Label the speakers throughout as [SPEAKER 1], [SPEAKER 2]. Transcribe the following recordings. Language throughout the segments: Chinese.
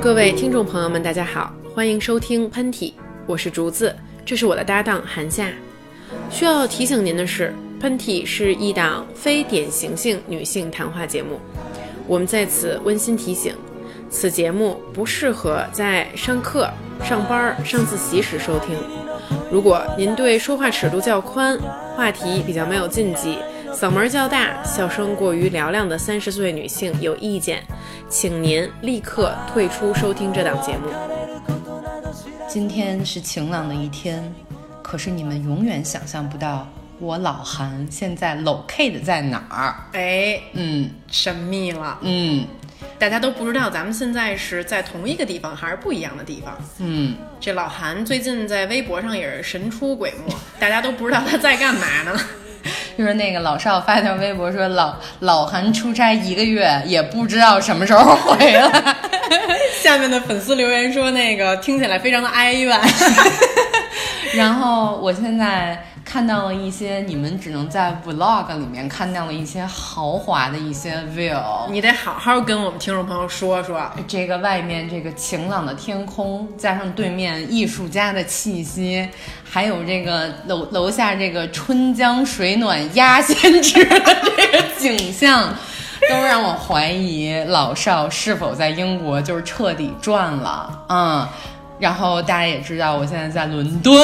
[SPEAKER 1] 各位听众朋友们，大家好，欢迎收听《喷嚏》，我是竹子，这是我的搭档韩夏。需要提醒您的是，《喷嚏》是一档非典型性女性谈话节目，我们在此温馨提醒，此节目不适合在上课、上班、上自习时收听。如果您对说话尺度较宽、话题比较没有禁忌、嗓门较大、笑声过于嘹亮的三十岁女性有意见，请您立刻退出收听这档节目。
[SPEAKER 2] 今天是晴朗的一天，可是你们永远想象不到我老韩现在 locate 在哪儿。
[SPEAKER 1] 哎，
[SPEAKER 2] 嗯
[SPEAKER 1] 神秘了，
[SPEAKER 2] 嗯
[SPEAKER 1] 大家都不知道咱们现在是在同一个地方还是不一样的地方。
[SPEAKER 2] 嗯，
[SPEAKER 1] 这老韩最近在微博上也是神出鬼没，大家都不知道他在干嘛呢。
[SPEAKER 2] 就是那个老邵发条微博说老老韩出差一个月，也不知道什么时候回来。
[SPEAKER 1] 下面的粉丝留言说，那个听起来非常的哀怨。
[SPEAKER 2] 然后我现在看到了一些你们只能在 vlog 里面看到了一些豪华的一些 view。
[SPEAKER 1] 你得好好跟我们听众朋友说说，
[SPEAKER 2] 这个外面这个晴朗的天空，加上对面艺术家的气息，还有这个楼楼下这个春江水暖鸭先知的这个景象，都让我怀疑老少是否在英国就是彻底赚了。嗯，然后大家也知道我现在在伦敦，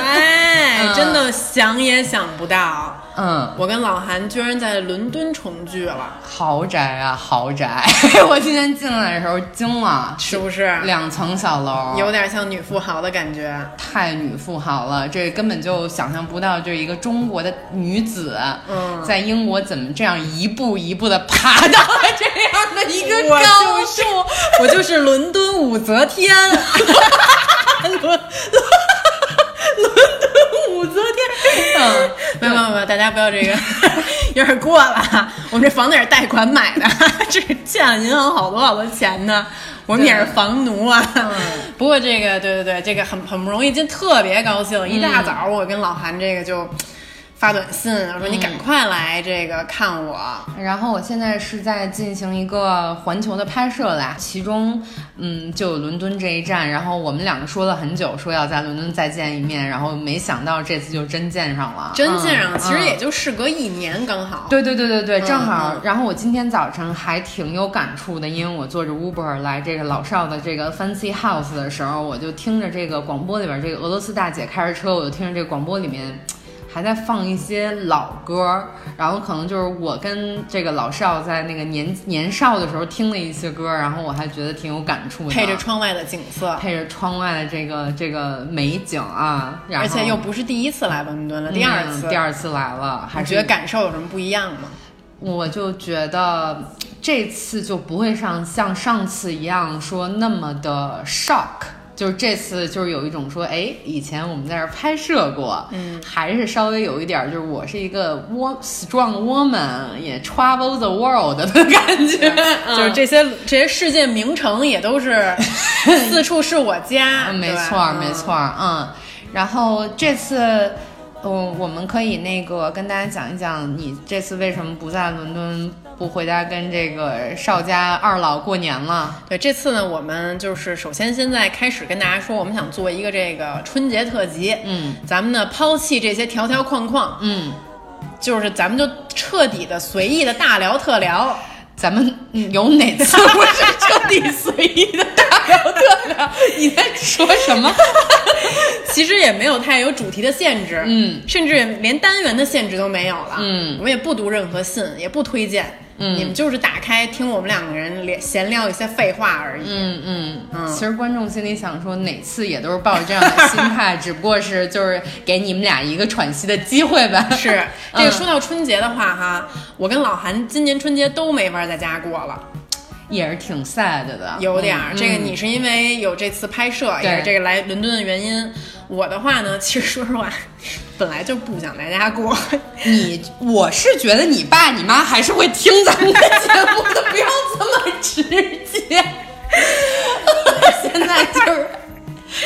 [SPEAKER 1] 哎，
[SPEAKER 2] 嗯
[SPEAKER 1] 真的想也想不到，
[SPEAKER 2] 嗯，
[SPEAKER 1] 我跟老韩居然在伦敦重聚了，
[SPEAKER 2] 豪宅啊豪宅，我今天进来的时候惊了，
[SPEAKER 1] 是不是？
[SPEAKER 2] 两层小楼，
[SPEAKER 1] 有点像女富豪的感觉。
[SPEAKER 2] 太女富豪了，这根本就想象不到，这一个中国的女子，
[SPEAKER 1] 嗯
[SPEAKER 2] 在英国怎么这样一步一步的爬到了这样的一个
[SPEAKER 1] 我就
[SPEAKER 2] 高
[SPEAKER 1] 是
[SPEAKER 2] 度？
[SPEAKER 1] 我就是伦敦武则 天，伦 伦敦武则天。
[SPEAKER 2] 嗯，
[SPEAKER 1] 没有没有没有，大家不要这个， 有点过了。啊我们这房子也是贷款买的， 这是欠了银行好多好多钱呢。我们也是房奴啊。
[SPEAKER 2] 嗯
[SPEAKER 1] 不过这个，对对对，这个很很不容易，今天特别高
[SPEAKER 2] 嗯
[SPEAKER 1] 兴。一大早我跟老韩这个就发短信，我说你赶快来这个看我。
[SPEAKER 2] 然后我现在是在进行一个环球的拍摄啦，其中嗯就有伦敦这一站，然后我们两个说了很久，说要在伦敦再见一面，然后没想到这次就真见上了，
[SPEAKER 1] 真见上，
[SPEAKER 2] 嗯
[SPEAKER 1] 其实
[SPEAKER 2] 嗯
[SPEAKER 1] 也就事隔一年刚好。
[SPEAKER 2] 对对对对对，正好。
[SPEAKER 1] 嗯
[SPEAKER 2] 然后我今天早晨还挺有感触的，因为我坐着 Uber 来这个老少的这个 Fancy House 的时候，我就听着这个广播里边这个俄罗斯大姐开着车，我就听着这个广播里面。还在放一些老歌，然后可能就是我跟这个老少在那个年年少的时候听了一些歌，然后我还觉得挺有感触的，
[SPEAKER 1] 配着窗外的景色，
[SPEAKER 2] 配着窗外的这个这个美景啊，然后
[SPEAKER 1] 而且又不是第一次来温敦了，
[SPEAKER 2] 嗯
[SPEAKER 1] 第二次。
[SPEAKER 2] 第二次来了，还
[SPEAKER 1] 你
[SPEAKER 2] 是
[SPEAKER 1] 觉得感受有什么不一样吗？
[SPEAKER 2] 我就觉得这次就不会像像上次一样说那么的 shock。就是这次，就是有一种说，哎，以前我们在这儿拍摄过，嗯，还是稍微有一点儿，就是我是一个 wo- strong woman，也 travel the world 的感觉，嗯
[SPEAKER 1] 就是这些这些世界名城也都 是四处是我家，
[SPEAKER 2] 嗯，没
[SPEAKER 1] 对吧
[SPEAKER 2] 错儿，
[SPEAKER 1] 嗯
[SPEAKER 2] 没错儿，嗯。然后这次，嗯，我们可以那个跟大家讲一讲，你这次为什么不在伦敦，不回家跟这个邵家二老过年了？
[SPEAKER 1] 对，这次呢，我们就是首先现在开始跟大家说，我们想做一个这个春节特辑，
[SPEAKER 2] 嗯
[SPEAKER 1] 咱们呢抛弃这些条条框框，
[SPEAKER 2] 嗯，
[SPEAKER 1] 就是咱们就彻底的随意的大聊特 聊，
[SPEAKER 2] 咱们嗯有哪次我是彻底随意的大聊特聊？你在说 什么？
[SPEAKER 1] 其实也没有太有主题的限制，
[SPEAKER 2] 嗯，
[SPEAKER 1] 甚至连单元的限制都没有了，
[SPEAKER 2] 嗯
[SPEAKER 1] 我们也不读任何信，也不推荐，
[SPEAKER 2] 嗯
[SPEAKER 1] 你们就是打开听我们两个人聊闲聊一些废话而已，
[SPEAKER 2] 嗯嗯
[SPEAKER 1] 嗯
[SPEAKER 2] 其实观众心里想说，哪次也都是抱着这样的心态，只不过是就是给你们俩一个喘息的机会吧。
[SPEAKER 1] 是，
[SPEAKER 2] 嗯
[SPEAKER 1] 这个说到春节的话哈，我跟老韩今年春节都没法在家过了，
[SPEAKER 2] 也是挺 sad 的，
[SPEAKER 1] 有点儿。
[SPEAKER 2] 嗯
[SPEAKER 1] 这个你是因为有这次拍摄，
[SPEAKER 2] 对
[SPEAKER 1] 也是这个来伦敦的原因。我的话呢，其实说实话， 本来就不想在家过。
[SPEAKER 2] 你，我是觉得你爸你妈还是会听咱们的节目的，不要这么直接。 现在就是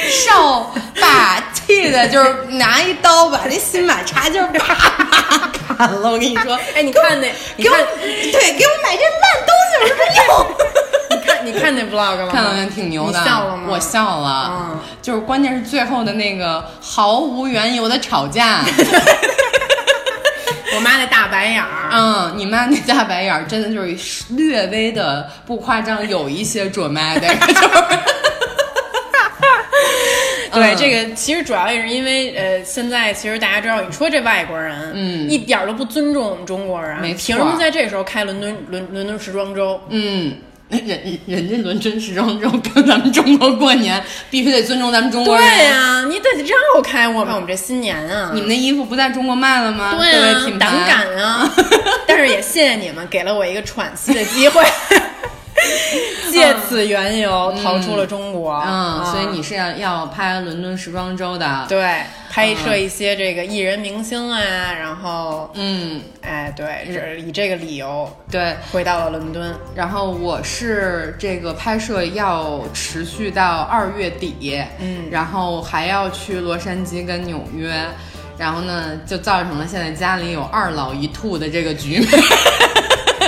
[SPEAKER 2] 少爸气的，就是拿一刀把那新马茶就是啪啪砍了。我跟你 说，
[SPEAKER 1] 哎，你看那，你
[SPEAKER 2] 给我
[SPEAKER 1] 看，
[SPEAKER 2] 对，给我买这烂东西有什么用？
[SPEAKER 1] 你看，你看那 vlog 了吗？
[SPEAKER 2] 看了挺牛的，
[SPEAKER 1] 你笑了吗？
[SPEAKER 2] 我笑了，
[SPEAKER 1] 嗯
[SPEAKER 2] 就是关键是最后的那个毫无缘由的 吵架，
[SPEAKER 1] 我妈那大白眼儿，
[SPEAKER 2] 嗯，你妈那大白眼儿真的就是略微的不夸张，有一些准妈 的，就是
[SPEAKER 1] 对，
[SPEAKER 2] 嗯
[SPEAKER 1] 这个其实主要也是因为，呃，现在其实大家知道，你说这外国人，嗯，一点儿都不尊重我们中国人，
[SPEAKER 2] 没错
[SPEAKER 1] 凭什么在这时候开伦敦伦伦敦时装周？
[SPEAKER 2] 嗯。人人人家伦敦时装周跟咱们中国过年，必须得尊重咱们中国人。
[SPEAKER 1] 对呀、你得绕开我们，我们这新年啊，
[SPEAKER 2] 啊嗯你们的衣服不在中国卖了吗？
[SPEAKER 1] 对
[SPEAKER 2] 各
[SPEAKER 1] 啊
[SPEAKER 2] 位，品牌
[SPEAKER 1] 胆敢 啊！但是也谢谢你们给了我一个喘息的机 会，借此缘由逃出了中国，
[SPEAKER 2] 嗯，
[SPEAKER 1] 啊
[SPEAKER 2] 所以你是要要拍伦敦时装周的。，
[SPEAKER 1] 对拍摄一些这个艺人明星啊，然后，
[SPEAKER 2] 嗯，
[SPEAKER 1] 哎，对，是以这个理由
[SPEAKER 2] 对。
[SPEAKER 1] 回到了伦 敦。
[SPEAKER 2] 然后我是这个拍摄要持续到二月底，嗯，然后还要去洛杉矶跟纽约，然后呢就造成了现在家里有二老一兔的这个 局面。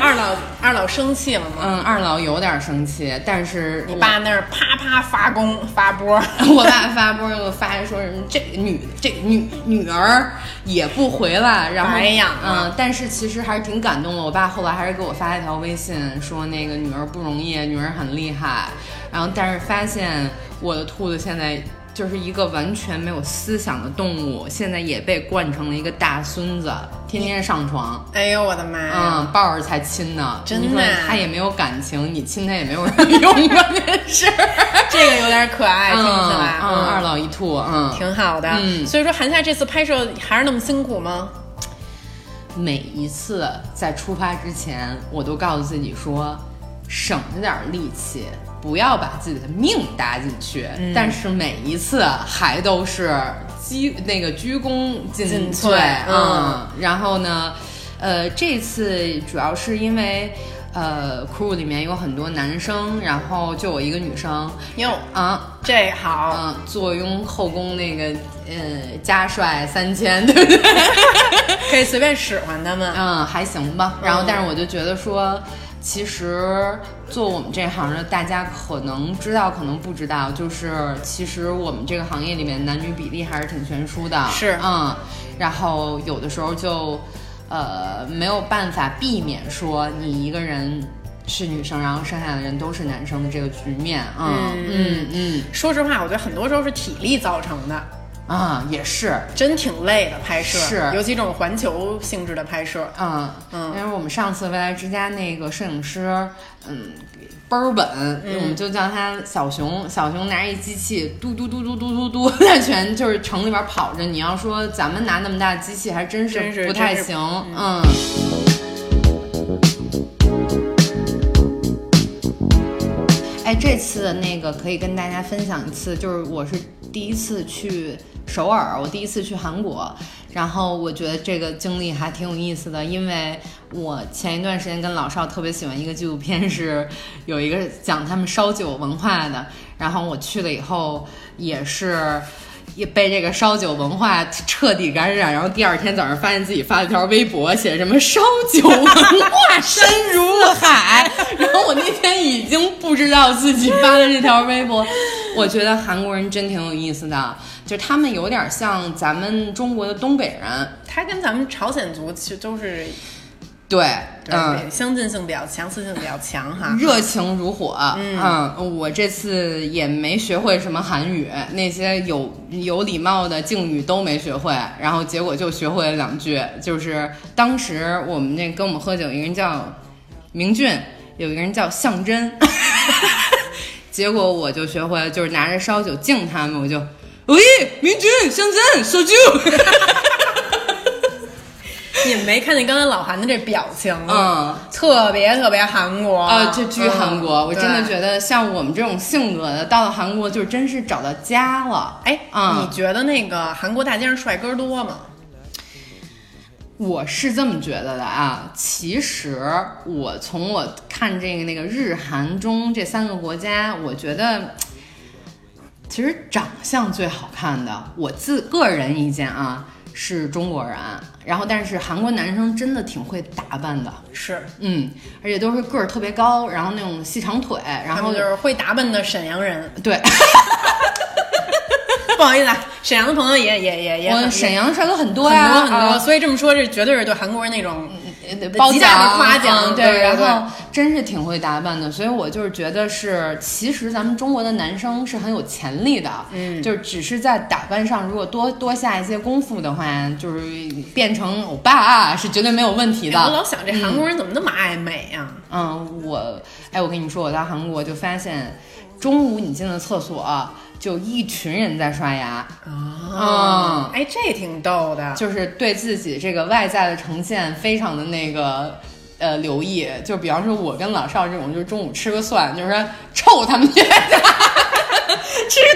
[SPEAKER 1] 二老二老生气了吗？
[SPEAKER 2] 嗯，二老有点生气，但是
[SPEAKER 1] 你
[SPEAKER 2] 我
[SPEAKER 1] 爸那儿啪啪发功发波，
[SPEAKER 2] 我爸发波给我发说什么这个女这个女女儿也不回来，然后
[SPEAKER 1] 白养
[SPEAKER 2] 嗯、
[SPEAKER 1] 啊
[SPEAKER 2] 但是其实还是挺感动的。我爸后来还是给我发一条微信说那个女儿不容易，女儿很厉害。然后但是发现我的兔子现在。就是一个完全没有思想的动物，现在也被惯成了一个大孙子，天天上床，
[SPEAKER 1] 哎呦我的妈呀！
[SPEAKER 2] 嗯，抱着才亲呢。
[SPEAKER 1] 真的啊
[SPEAKER 2] 你说它也没有感情，你亲它也没有什么 用啊，这是。
[SPEAKER 1] 这个有点可爱，听起
[SPEAKER 2] 嗯
[SPEAKER 1] 来，
[SPEAKER 2] 嗯，二老一兔，嗯，
[SPEAKER 1] 挺好的。
[SPEAKER 2] 嗯
[SPEAKER 1] 所以说韩夏这次拍摄还是那么辛苦吗？
[SPEAKER 2] 每一次在出发之前，我都告诉自己说，省着点力气，不要把自己的命搭进去。但是每一次还都是鞠那个鞠躬尽
[SPEAKER 1] 尽
[SPEAKER 2] 瘁，
[SPEAKER 1] 瘁
[SPEAKER 2] 嗯。然后呢，呃，这次主要是因为。呃，crew 里面有很多男生，然后就我一个女生
[SPEAKER 1] 哟，
[SPEAKER 2] 啊，
[SPEAKER 1] 这 好，
[SPEAKER 2] 嗯，坐拥后宫那个呃家帅三千，对不对？
[SPEAKER 1] 可以随便使唤他们。
[SPEAKER 2] 嗯，还行吧。然后
[SPEAKER 1] 嗯，
[SPEAKER 2] 但是我就觉得说，其实做我们这行的，大家可能知道，可能不知道，就是其实我们这个行业里面男女比例还是挺悬殊的。
[SPEAKER 1] 是
[SPEAKER 2] 嗯，然后有的时候就呃没有办法避免说你一个人。是女生，然后剩下的人都是男生的这个局面，嗯嗯嗯
[SPEAKER 1] 说实话，我觉得很多时候是体力造成的，
[SPEAKER 2] 啊、也是，
[SPEAKER 1] 真挺累的拍摄，
[SPEAKER 2] 是
[SPEAKER 1] 尤其这种环球性质的拍摄，
[SPEAKER 2] 嗯，
[SPEAKER 1] 嗯
[SPEAKER 2] 因为我们上次未来之家那个摄影师，嗯，倍儿稳，
[SPEAKER 1] 嗯
[SPEAKER 2] 我们就叫他小熊。小熊拿一机器嘟嘟嘟嘟嘟嘟嘟，在全就是城里边跑着。你要说咱们拿那么大的机器，还真
[SPEAKER 1] 真是
[SPEAKER 2] 不太
[SPEAKER 1] 真是
[SPEAKER 2] 行。嗯哎，这次的那个可以跟大家分享一次，就是我是第一次去首尔，我第一次去韩国，然后我觉得这个经历还挺有意思的，因为我前一段时间跟老邵特别喜欢一个纪录片是，有一个讲他们烧酒文化的，然后我去了以后也是。也被这个烧酒文化彻底感染，然后第二天早上发现自己发了条微博，写什么“烧酒文化深如海”，然后我那天已经不知道自己发了这条微博。我觉得韩国人真挺有意思的，就是他们有点像咱们中国的东北人，
[SPEAKER 1] 它跟咱们朝鲜族其实都是
[SPEAKER 2] 对，
[SPEAKER 1] 对、
[SPEAKER 2] 嗯，
[SPEAKER 1] 相近性比较强，刺性比较强哈。
[SPEAKER 2] 热情如火。嗯我这次也没学会什么韩语，那些有有礼貌的敬语都没学会，然后结果就学会了两句，就是当时我们那跟我们喝酒，一个人叫明俊，有一个人叫象征。 结果我就学会了，就是拿着烧酒敬他们，我就，喂，明俊，象征，烧 酒。
[SPEAKER 1] 你们没看见刚才老韩的这表情吗？
[SPEAKER 2] 嗯
[SPEAKER 1] 特别特别韩国
[SPEAKER 2] 啊，这巨韩国，
[SPEAKER 1] 嗯
[SPEAKER 2] 我真的
[SPEAKER 1] 对
[SPEAKER 2] 觉得像我们这种性格的，到了韩国就真是找到家了。
[SPEAKER 1] 哎，
[SPEAKER 2] 嗯
[SPEAKER 1] 你觉得那个韩国大街上帅哥多吗？
[SPEAKER 2] 我是这么觉得的啊，其实我从我看这个那个日韩中这三个国家，我觉得其实长相最好看的，我自个人意见啊，是中国人，然后但是韩国男生真的挺会打扮的，
[SPEAKER 1] 是，
[SPEAKER 2] 嗯，而且都是个儿特别高，然后那种细长腿，然
[SPEAKER 1] 他
[SPEAKER 2] 后
[SPEAKER 1] 们就是会打扮的沈阳人。
[SPEAKER 2] 对，
[SPEAKER 1] 不好意思啊，沈阳的朋友也也 也也
[SPEAKER 2] 我
[SPEAKER 1] 很
[SPEAKER 2] 沈阳帅哥很多
[SPEAKER 1] 很
[SPEAKER 2] 呀，
[SPEAKER 1] 多很
[SPEAKER 2] 啊嗯
[SPEAKER 1] 多，所以这么说，这绝对是对韩国人那种
[SPEAKER 2] 褒
[SPEAKER 1] 极
[SPEAKER 2] 奖
[SPEAKER 1] 大的夸奖
[SPEAKER 2] 嗯
[SPEAKER 1] 对对
[SPEAKER 2] 然
[SPEAKER 1] 对
[SPEAKER 2] 后真是挺会打扮的，所以我就是觉得是，其实咱们中国的男生是很有潜力的，嗯，就是只是在打扮上，如果多多下一些功夫的话，就是变成欧巴啊，是绝对没有问题的。
[SPEAKER 1] 哎我老想这韩国人怎么那么爱美啊？
[SPEAKER 2] 嗯，我哎，我跟你说，我到韩国就发现，中午你进了厕所、就一群人在刷牙，
[SPEAKER 1] 哦，哎，这挺逗的。
[SPEAKER 2] 就是对自己这个外在的呈现非常的那个。呃，留意，就比方说，我跟老邵这种，就是中午吃个蒜，就是说臭他们去， 吃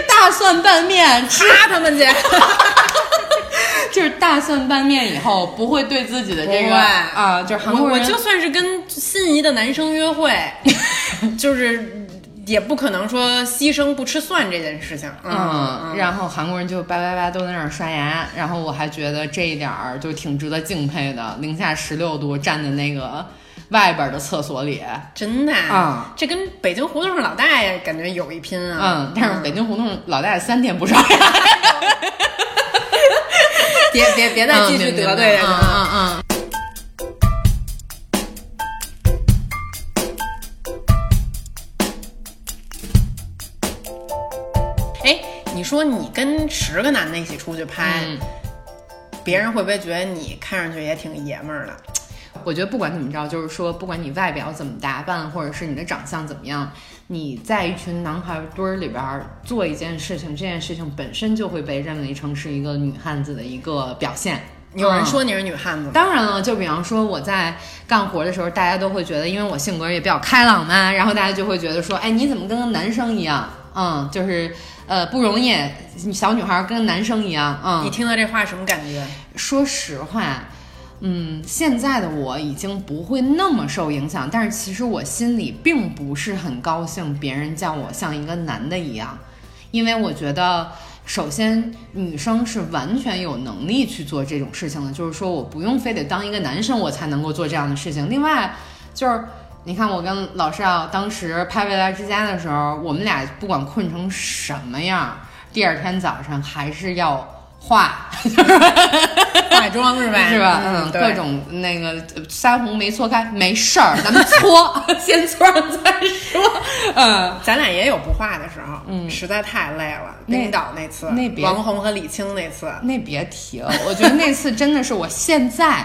[SPEAKER 2] 大蒜拌面，吃
[SPEAKER 1] 杀他们去！
[SPEAKER 2] 就是大蒜拌面以后，不会对自己的这
[SPEAKER 1] 不
[SPEAKER 2] 个
[SPEAKER 1] 会
[SPEAKER 2] 啊、就是韩国
[SPEAKER 1] 我我
[SPEAKER 2] 人
[SPEAKER 1] 就算是跟心仪的男生约 会，就是也不可能说牺牲不吃蒜这件事情。
[SPEAKER 2] 嗯，然后韩国人就叭叭叭都在那儿刷牙，然后我还觉得这一点儿就挺值得敬佩的。零下十六度站在那个外边儿的厕所里，
[SPEAKER 1] 真的
[SPEAKER 2] 啊，
[SPEAKER 1] 这跟北京胡同上老大爷感觉有一拼啊。
[SPEAKER 2] 嗯，但是北京胡同老大爷三天不刷牙，
[SPEAKER 1] 别别别再继续得罪人
[SPEAKER 2] 嗯
[SPEAKER 1] 了。
[SPEAKER 2] 嗯嗯。
[SPEAKER 1] 哎，你说你跟十个男的一起出去拍，
[SPEAKER 2] 嗯
[SPEAKER 1] 别人会不会觉得你看上去也挺爷们儿的？
[SPEAKER 2] 我觉得不管怎么着，就是说，不管你外表怎么打扮，或者是你的长相怎么样，你在一群男孩堆儿里边儿做一件事情，这件事情本身就会被认为成是一个女汉子的一个表现。
[SPEAKER 1] 有人
[SPEAKER 2] 嗯
[SPEAKER 1] 说你是女汉子吗？
[SPEAKER 2] 当然了，就比方说我在干活的时候，大家都会觉得，因为我性格也比较开朗嘛，然后大家就会觉得说，哎，你怎么跟个男生一样？嗯，就是呃不容易，小女孩跟男生一样。
[SPEAKER 1] 你
[SPEAKER 2] 嗯，
[SPEAKER 1] 听到这话什么感 觉？
[SPEAKER 2] 说实话。嗯，现在的我已经不会那么受影响，但是其实我心里并不是很高兴，别人叫我像一个男的一样，因为我觉得，首先女生是完全有能力去做这种事情的，就是说我不用非得当一个男生我才能够做这样的事情。另外，就是你看我跟老邵当时拍《未来之家》的时候，我们俩不管困成什么样，第二天早上还是要化，
[SPEAKER 1] 化妆是吧？
[SPEAKER 2] 是吧？嗯，
[SPEAKER 1] 对
[SPEAKER 2] 各种那个呃腮红没搓开，没事儿，咱们搓， 先搓上再说。嗯，
[SPEAKER 1] 咱俩也有不化的时候，嗯，实在太累了。
[SPEAKER 2] 那
[SPEAKER 1] 冰岛那次，
[SPEAKER 2] 那别
[SPEAKER 1] 王红和李青那次，
[SPEAKER 2] 那别提了，我觉得那次真的是我现在，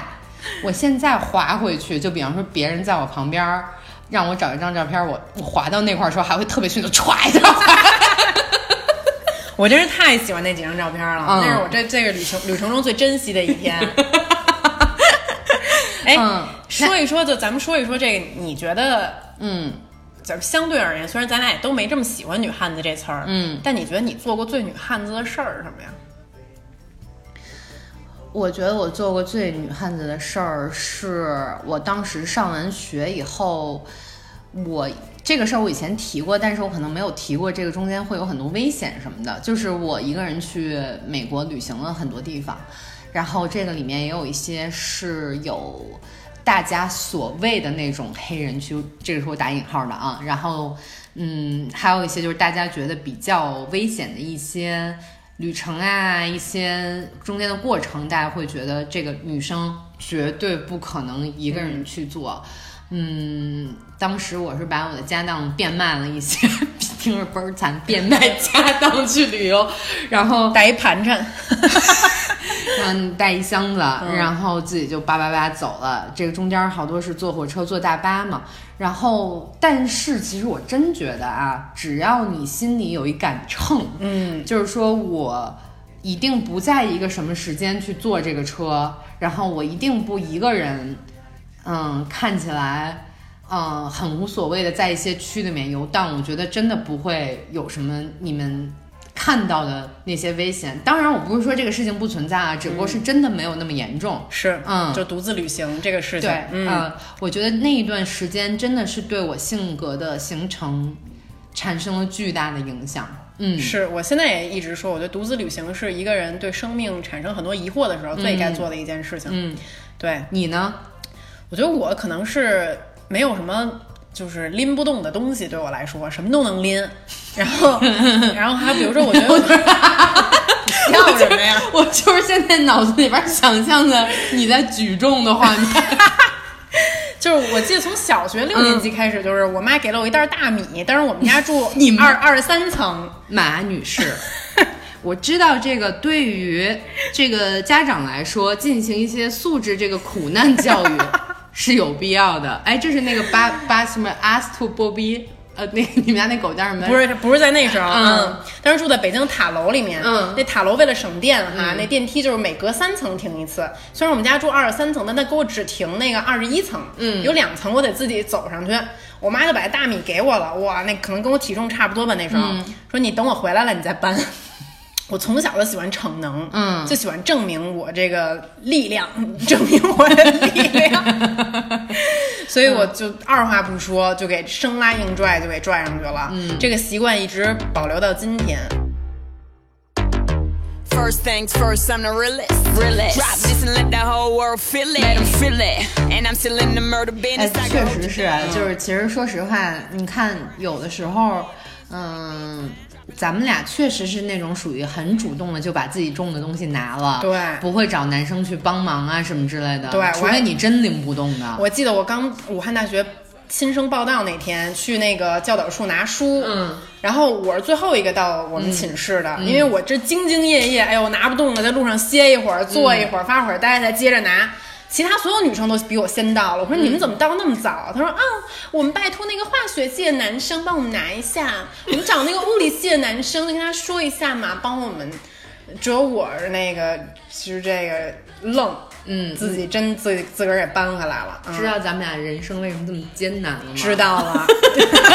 [SPEAKER 2] 我现在滑回去，就比方说别人在我旁边儿，让我找一张照片儿，我我滑到那块儿的时候，还会特别 迅速歘一下滑。
[SPEAKER 1] 我真是太喜欢那几张照片了，
[SPEAKER 2] 嗯
[SPEAKER 1] 那是我这这个旅程旅程中最珍惜的一天。 哎，
[SPEAKER 2] 嗯
[SPEAKER 1] 说一说，就咱们说一说这个，你觉得，
[SPEAKER 2] 嗯，
[SPEAKER 1] 就是相对而言，虽然咱俩也都没这么喜欢“女汉子”这词儿，
[SPEAKER 2] 嗯，
[SPEAKER 1] 但你觉得你做过最女汉子的事儿是什么呀？
[SPEAKER 2] 我觉得我做过最女汉子的事儿，是我当时上完学以后，我这个事儿我以前提过，但是我可能没有提过这个中间会有很多危险什么的。就是我一个人去美国旅行了很多地方，然后这个里面也有一些是有大家所谓的那种黑人区，这个是我打引号的啊。然后，嗯，还有一些就是大家觉得比较危险的一些旅程啊，一些中间的过程，大家会觉得这个女生绝对不可能一个人去做。嗯，当时我是把我的家当变卖了一些，听着倍儿惨，变卖家当去旅游，然后
[SPEAKER 1] 带一盘缠，
[SPEAKER 2] 嗯，带一箱子，然后自己就叭叭叭走了。这个中间好多是坐火车、坐大巴嘛。然后，但是其实我真觉得啊，只要你心里有一杆秤，
[SPEAKER 1] 嗯，
[SPEAKER 2] 就是说我一定不在一个什么时间去坐这个车，然后我一定不一个人，嗯，看起来。嗯，很无所谓的，在一些区里面游荡，我觉得真的不会有什么你们看到的那些危险。当然，我不是说这个事情不存在啊，只不过是真的没有那么严重。
[SPEAKER 1] 是，
[SPEAKER 2] 嗯
[SPEAKER 1] 就独自旅行这个事情，
[SPEAKER 2] 对，
[SPEAKER 1] 嗯，
[SPEAKER 2] 呃我觉得那一段时间真的是对我性格的形成产生了巨大的影响。嗯
[SPEAKER 1] 是我现在也一直说，我觉得独自旅行是一个人对生命产生很多疑惑的时候最该做的一件事情。
[SPEAKER 2] 嗯，
[SPEAKER 1] 对
[SPEAKER 2] 你呢？
[SPEAKER 1] 我觉得我可能是没有什么。就是拎不动的东西，对我来说什么都能拎。然后， 然后还比如说，我觉得 你笑什么呀？
[SPEAKER 2] 我就是现在脑子里边想象的你在举重的画面。
[SPEAKER 1] 就是我记得从小学六年级开始，就是我妈给了我一袋大米，但是我们家 住
[SPEAKER 2] 你妈
[SPEAKER 1] 二二十三层，
[SPEAKER 2] 马女士， 我知道这个对于这个家长来说，进行一些素质这个苦难教育是有必 要的。哎，这是那个巴巴什么阿斯图波比，呃，那个你们家那狗叫什么？
[SPEAKER 1] 不，是不是在那时候，
[SPEAKER 2] 嗯
[SPEAKER 1] 嗯，当时住在北京塔楼里面，
[SPEAKER 2] 嗯
[SPEAKER 1] 那塔楼为了省电哈，那电梯就是每隔三层停一次。虽然我们家住二十三层，但他给我只停那个二十一层，嗯，有两层我得自己走上去。我妈就把大米给我了，哇，那可能跟我体重差不多吧，那时候、说你等我回来了你再搬。 我从小就喜欢逞能，
[SPEAKER 2] 嗯
[SPEAKER 1] 就喜欢证明我这个力量，证明我的力量， 所以我就二话不说就给生拉硬拽就给拽上去了，嗯，这个习惯一直保留到今天。
[SPEAKER 3] First things first, I'm the realest. realest. Drop this and let the whole world feel it. Let 'em feel it. And I'm still in the murder
[SPEAKER 2] 哎
[SPEAKER 3] business. I，
[SPEAKER 2] 确
[SPEAKER 3] go-
[SPEAKER 2] 实是啊，就是其实说实话，你看有的时候，嗯。咱们俩确实是那种属于很主动的，就把自己种的东西拿了，
[SPEAKER 1] 对
[SPEAKER 2] 不会找男生去帮忙啊什么之类的，
[SPEAKER 1] 对我
[SPEAKER 2] 除非你真拎不动的，
[SPEAKER 1] 我记得我刚武汉大学新生报到那天去那个教导处拿书，
[SPEAKER 2] 嗯，
[SPEAKER 1] 然后我是最后一个到我们寝室的，因为我这兢兢业业，哎呦拿不动了，在路上歇一会儿，坐一会
[SPEAKER 2] 嗯
[SPEAKER 1] 儿，发会儿呆，再接着拿。其他所有女生都比我先到了，我说
[SPEAKER 2] 嗯
[SPEAKER 1] 你们怎么到那么早？她说啊，我们拜托那个化学系的男生帮我们拿一下，我们找那个物理系的男生就跟他说一下嘛，帮我们。只有我是那个，其实这个愣，
[SPEAKER 2] 嗯
[SPEAKER 1] 自己真自己自个儿给搬回来了，嗯
[SPEAKER 2] 知道咱们俩人生为什么这么艰难了吗？
[SPEAKER 1] 知道了，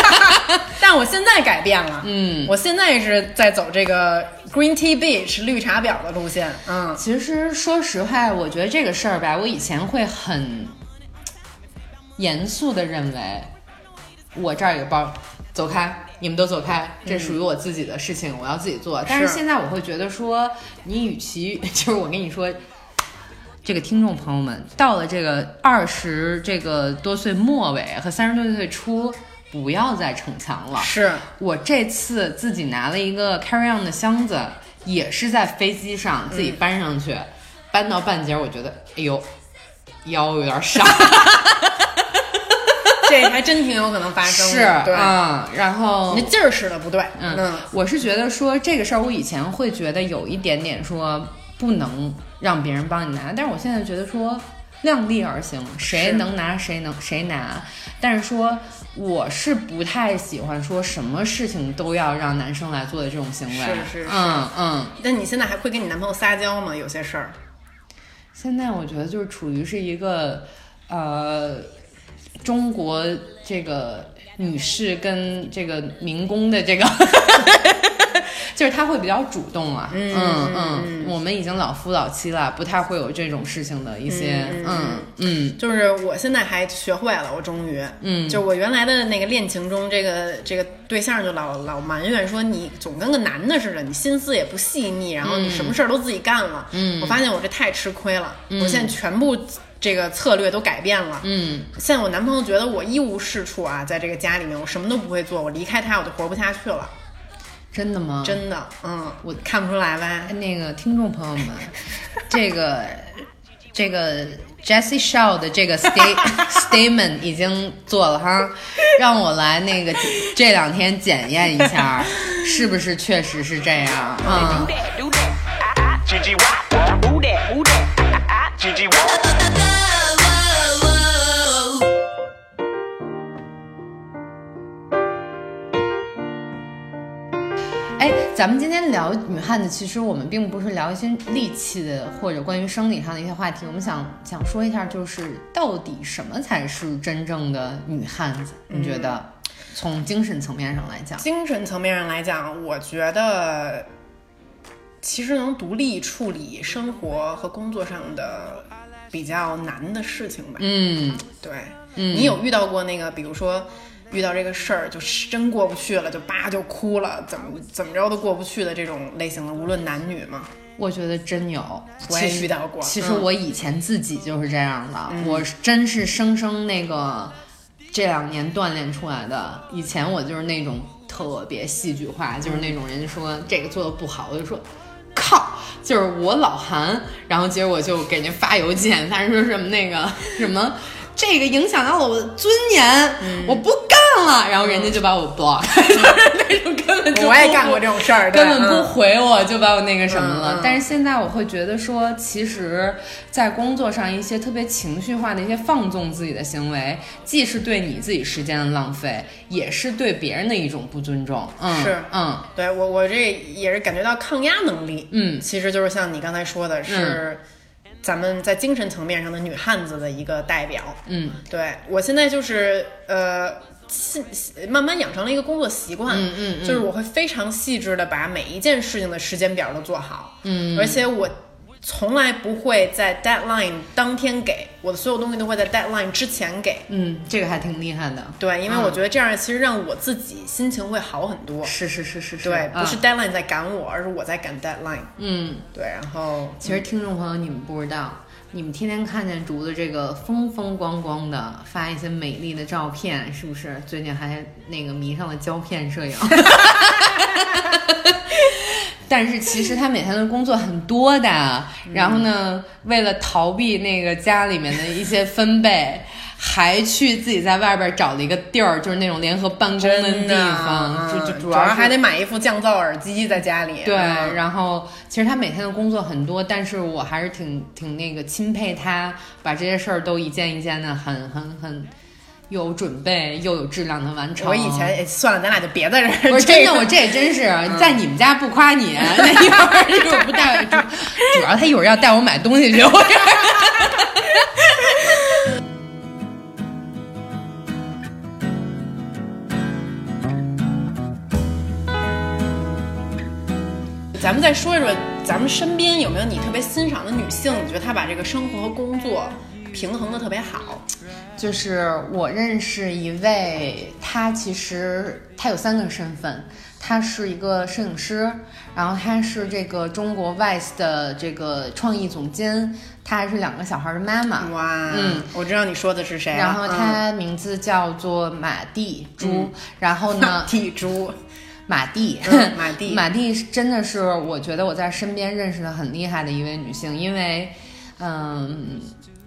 [SPEAKER 1] 但我现在改变了，嗯，我现在是在走这个 green tea beach 绿茶婊的路线，嗯，
[SPEAKER 2] 其实说实话，我觉得这个事儿吧，我以前会很严肃的认为，我这儿有个包，走开，你们都走开，这属于我自己的事情，我要自己做。但是
[SPEAKER 1] 是
[SPEAKER 2] 现在我会觉得说，你与其 就是我跟你说。这个听众朋友们，到了这个二十这个多岁末尾和三十多岁初，不要再逞强了。
[SPEAKER 1] 是
[SPEAKER 2] 我这次自己拿了一个 carry on 的箱子，也是在飞机上自己
[SPEAKER 1] 嗯
[SPEAKER 2] 搬上去，搬到半截儿，我觉得哎呦，腰有 点闪，
[SPEAKER 1] 这还真挺有可能发生
[SPEAKER 2] 是
[SPEAKER 1] 的，对，
[SPEAKER 2] 啊、嗯，然后
[SPEAKER 1] 你那劲儿使的不对，
[SPEAKER 2] 嗯
[SPEAKER 1] 嗯，，
[SPEAKER 2] 我是觉得说这个事儿，我以前会觉得有一点点说不能让别人帮你拿，但是我现在觉得说量力而行，谁能拿谁能谁拿。但是说我是不太喜欢说什么事情都要让男生来做的这种行为，
[SPEAKER 1] 是是是
[SPEAKER 2] 嗯嗯。
[SPEAKER 1] 那你现在还会跟你男朋友撒娇吗？有些事儿，
[SPEAKER 2] 现在我觉得就是处于是一个呃中国这个女士跟这个民工的这个， 就是她会比较主动啊，嗯嗯我们已经老夫老妻了，不太会有这种事情的一些，嗯嗯
[SPEAKER 1] 就是我现在还学会了，我终于，嗯，就我原来的那个恋情中，这个这个对象就老老埋怨说你总跟个男的似的，你心思也不细腻，然后你什么事儿都自己干了，嗯，我发现我这太吃亏了，我现在全部这个策略都改变了，
[SPEAKER 2] 嗯
[SPEAKER 1] 现在我男朋友觉得我一无是处啊，在这个家里面我什么都不会做，我离开他我就活不下去了，
[SPEAKER 2] 真的吗？
[SPEAKER 1] 真的，嗯，我看不出来吧
[SPEAKER 2] 哎。那个听众朋友们， 这个这个 Jesse Shaw 的这个 state statement 已经做了哈，让我来那个这两天检验一下，是不是确实是这样？嗯
[SPEAKER 3] Do，that, do that. Ah, ah, Gigi Wap. Who that, who that? Ah, ah, ah, Gigi Wap.
[SPEAKER 2] 哎，咱们今天聊女汉子，其实我们并不是聊一些力气的或者关于生理上的一些话题，我们想想说一下，就是到底什么才是真正的女汉子？你觉得？从精神层面上来讲，
[SPEAKER 1] 精神层面上来讲，我觉得其实能独立处理生活和工作上的比较难的事情吧。
[SPEAKER 2] 嗯
[SPEAKER 1] 对，你有遇到过那个，比如说遇到这个事儿就是真过不去了，就叭就哭了，怎么怎么着都过不去的这种类型的，无论男女嘛。
[SPEAKER 2] 我觉得真有，我
[SPEAKER 1] 其
[SPEAKER 2] 也
[SPEAKER 1] 实遇到过嗯
[SPEAKER 2] 其实我以前自己就是这样的，我真是生生那个这两年锻炼出来的。以前我就是那种特别戏剧化，就是那种人家说
[SPEAKER 1] 嗯
[SPEAKER 2] 这个做的不好，我就说。靠，就是我老韩，然后结果我就给人家发邮件，他说什么那个什么，这个影响到了我的尊严，
[SPEAKER 1] 嗯
[SPEAKER 2] 我不干了，然后人家就把我 block，、就是 那种根本就
[SPEAKER 1] 我也
[SPEAKER 2] 不
[SPEAKER 1] 干过这种事儿，对
[SPEAKER 2] 根本不
[SPEAKER 1] 嗯
[SPEAKER 2] 回我，就把我那个什么了。
[SPEAKER 1] 嗯嗯
[SPEAKER 2] 但是现在我会觉得说，其实，在工作上一些特别情绪化的一些放纵自己的行为，既是对你自己时间的浪费，也是对别人的一种不尊重。嗯，
[SPEAKER 1] 是
[SPEAKER 2] 嗯，
[SPEAKER 1] 对我，我这也是感觉到抗压能力，
[SPEAKER 2] 嗯
[SPEAKER 1] 其实就是像你刚才说的是，咱们在精神层面上的女汉子的一个代表，
[SPEAKER 2] 嗯，
[SPEAKER 1] 对我现在就是呃，细慢慢养成了一个工作习惯，
[SPEAKER 2] 嗯嗯嗯
[SPEAKER 1] 就是我会非常细致的把每一件事情的时间表都做好，嗯，而且我从来不会在 deadline 当天给我的所有东西都会在 deadline 之前给，
[SPEAKER 2] 嗯，这个还挺厉害的。
[SPEAKER 1] 对，因为我觉得这样其实让我自己心情会好很多，
[SPEAKER 2] 是是是是是，
[SPEAKER 1] 对，不是
[SPEAKER 2] 啊
[SPEAKER 1] deadline 在赶我，而是我在赶 deadline。
[SPEAKER 2] 嗯。
[SPEAKER 1] 对，然后
[SPEAKER 2] 其实听众朋友，你们不知道，你们天天看见竹子这个风风光光的发一些美丽的照片，是不是？最近还那个迷上了胶片摄影。 但是其实他每天的工作很多的，然后呢，为了逃避那个家里面的一些分贝， 还去自己在外边找了一个地儿，就是那种联合办公
[SPEAKER 1] 真
[SPEAKER 2] 地
[SPEAKER 1] 的啊嗯
[SPEAKER 2] 方，就就
[SPEAKER 1] 主
[SPEAKER 2] 要是
[SPEAKER 1] 还得买一副降噪耳机在家里。
[SPEAKER 2] 对，
[SPEAKER 1] 嗯
[SPEAKER 2] 然后其实他每天的工作很多，但是我还是挺挺那个钦佩他，把这些事儿都一件一件的很很很有准备又有质量的完成。
[SPEAKER 1] 我以前嗯哎算了，咱俩就别在这儿。
[SPEAKER 2] 不是真
[SPEAKER 1] 这
[SPEAKER 2] 的，
[SPEAKER 1] 个
[SPEAKER 2] 我这也真是在你们家不夸你， 那一会儿一会儿不带我，主主要他一会儿要带我买东西去。我这
[SPEAKER 1] 咱们再说一说，咱们身边有没有你特别欣赏的女性？你觉得她把这个生活和工作平衡的特别好？
[SPEAKER 2] 就是我认识一位，他其实他有三个身份，他是一个摄影师，然后他是这个中国 VICE 的这个创意总监，他还是两个小孩的妈妈。
[SPEAKER 1] 哇，
[SPEAKER 2] 嗯，
[SPEAKER 1] 我知道你说的是谁了。
[SPEAKER 2] 然后
[SPEAKER 1] 嗯
[SPEAKER 2] 他名字叫做马蒂猪，然后 呢，
[SPEAKER 1] 地猪，
[SPEAKER 2] 马蒂，
[SPEAKER 1] 嗯马蒂
[SPEAKER 2] 马蒂是真的是我觉得我在身边认识的很厉害的一位女性，因为，嗯，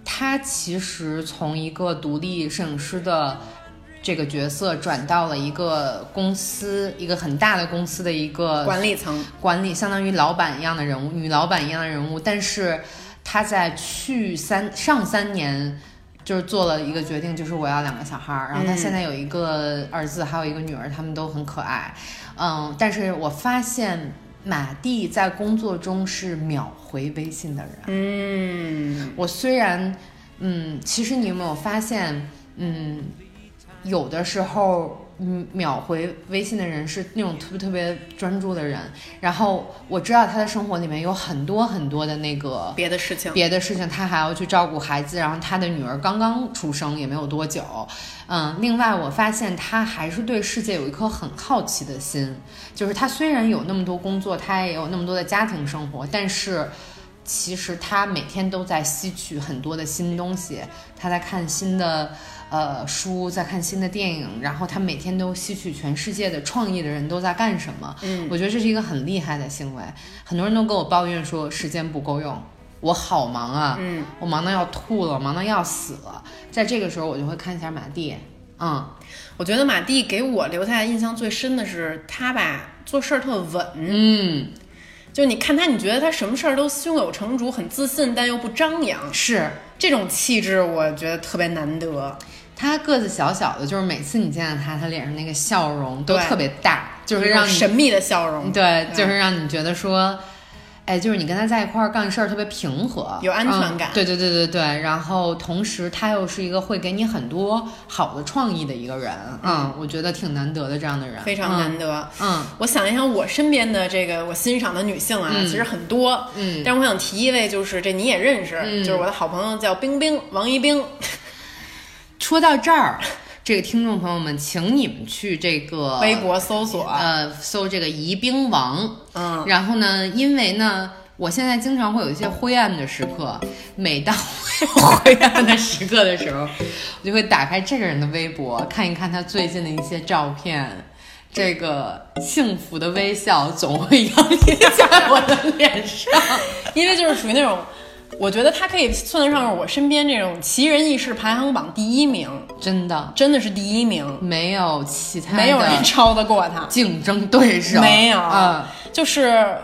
[SPEAKER 2] 她其实从一个独立摄影师的这个角色转到了一个公司，一个很大的公司的一个
[SPEAKER 1] 管理层，
[SPEAKER 2] 管理相当于老板一样的人物，女老板一样的人物，但是她在去三上三年。就是做了一个决定，就是我要两个小孩儿，然后她现在有一个儿子，还有一个女儿，他们都很可爱。嗯，但是我发现马蒂在工作中是秒回微信的人。
[SPEAKER 1] 嗯，
[SPEAKER 2] 我虽然，嗯，其实你有没有发现，嗯，有的时候，嗯，秒回微信的人是那种特别特别专注的人，然后我知道他的生活里面有很多很多的那个
[SPEAKER 1] 别的事情，
[SPEAKER 2] 别的事情，他还要去照顾孩子，然后他的女儿刚刚出生也没有多久，嗯，另外我发现他还是对世界有一颗很好奇的心，就是他虽然有那么多工作，他也有那么多的家庭生活，但是其实他每天都在吸取很多的新东西，他在看新的。呃，书在看新的电影，然后他每天都吸取全世界的创意的人都在干什么。嗯，我觉得这是一个很厉害的行为。很多人都跟我抱怨说时间不够用，我好忙啊，嗯，我忙到要吐了，忙到要死了。在这个时候，我就会看一下马蒂，嗯，
[SPEAKER 1] 我觉得马蒂给我留下印象最深的是，她吧做事儿特稳，
[SPEAKER 2] 嗯，
[SPEAKER 1] 就你看她，你觉得她什么事儿都胸有成竹，很自信，但又不张扬，
[SPEAKER 2] 是
[SPEAKER 1] 这种气质我觉得特别难得。
[SPEAKER 2] 他个子小小的，就是每次你见到他，他脸上那个笑容都
[SPEAKER 1] 对
[SPEAKER 2] 特别大，就是
[SPEAKER 1] 一种
[SPEAKER 2] 让你
[SPEAKER 1] 神秘的嗯笑容，
[SPEAKER 2] 对，就是让你觉得说，哎，就是你跟他在一块儿干事儿特别平和，
[SPEAKER 1] 有安全感
[SPEAKER 2] 嗯对对对对对，然后同时他又是一个会给你很多好的创意的一个人，嗯，我觉得挺难得的这样的人，
[SPEAKER 1] 非常难得。
[SPEAKER 2] 嗯，嗯。
[SPEAKER 1] 我想一想，我身边的这个我欣赏的女性啊，其实很多，嗯，但是我想提一位，就是这你也
[SPEAKER 2] 嗯哦
[SPEAKER 1] 认识，就是我的好朋友叫冰冰，王一冰，
[SPEAKER 2] 说到这儿，这个听众朋友们，请你们去这个
[SPEAKER 1] 微博搜索，
[SPEAKER 2] 呃搜这个宜宾王，
[SPEAKER 1] 嗯
[SPEAKER 2] 然后呢，因为呢，我现在经常会有一些灰暗的时刻，每当我有灰暗的时刻的时候，我就会打开这个人的微博，看一看他最近的一些照片。这个幸福的微笑总会洋溢在我的脸上。
[SPEAKER 1] 因为就是属于那种，我觉得他可以算得上是我身边这种奇人异事排行榜第一名，
[SPEAKER 2] 真的
[SPEAKER 1] 真的是第一名，
[SPEAKER 2] 没有其他的
[SPEAKER 1] 没有人超得过 他，
[SPEAKER 2] 竞争对手，
[SPEAKER 1] 没有，
[SPEAKER 2] 嗯，
[SPEAKER 1] 就是。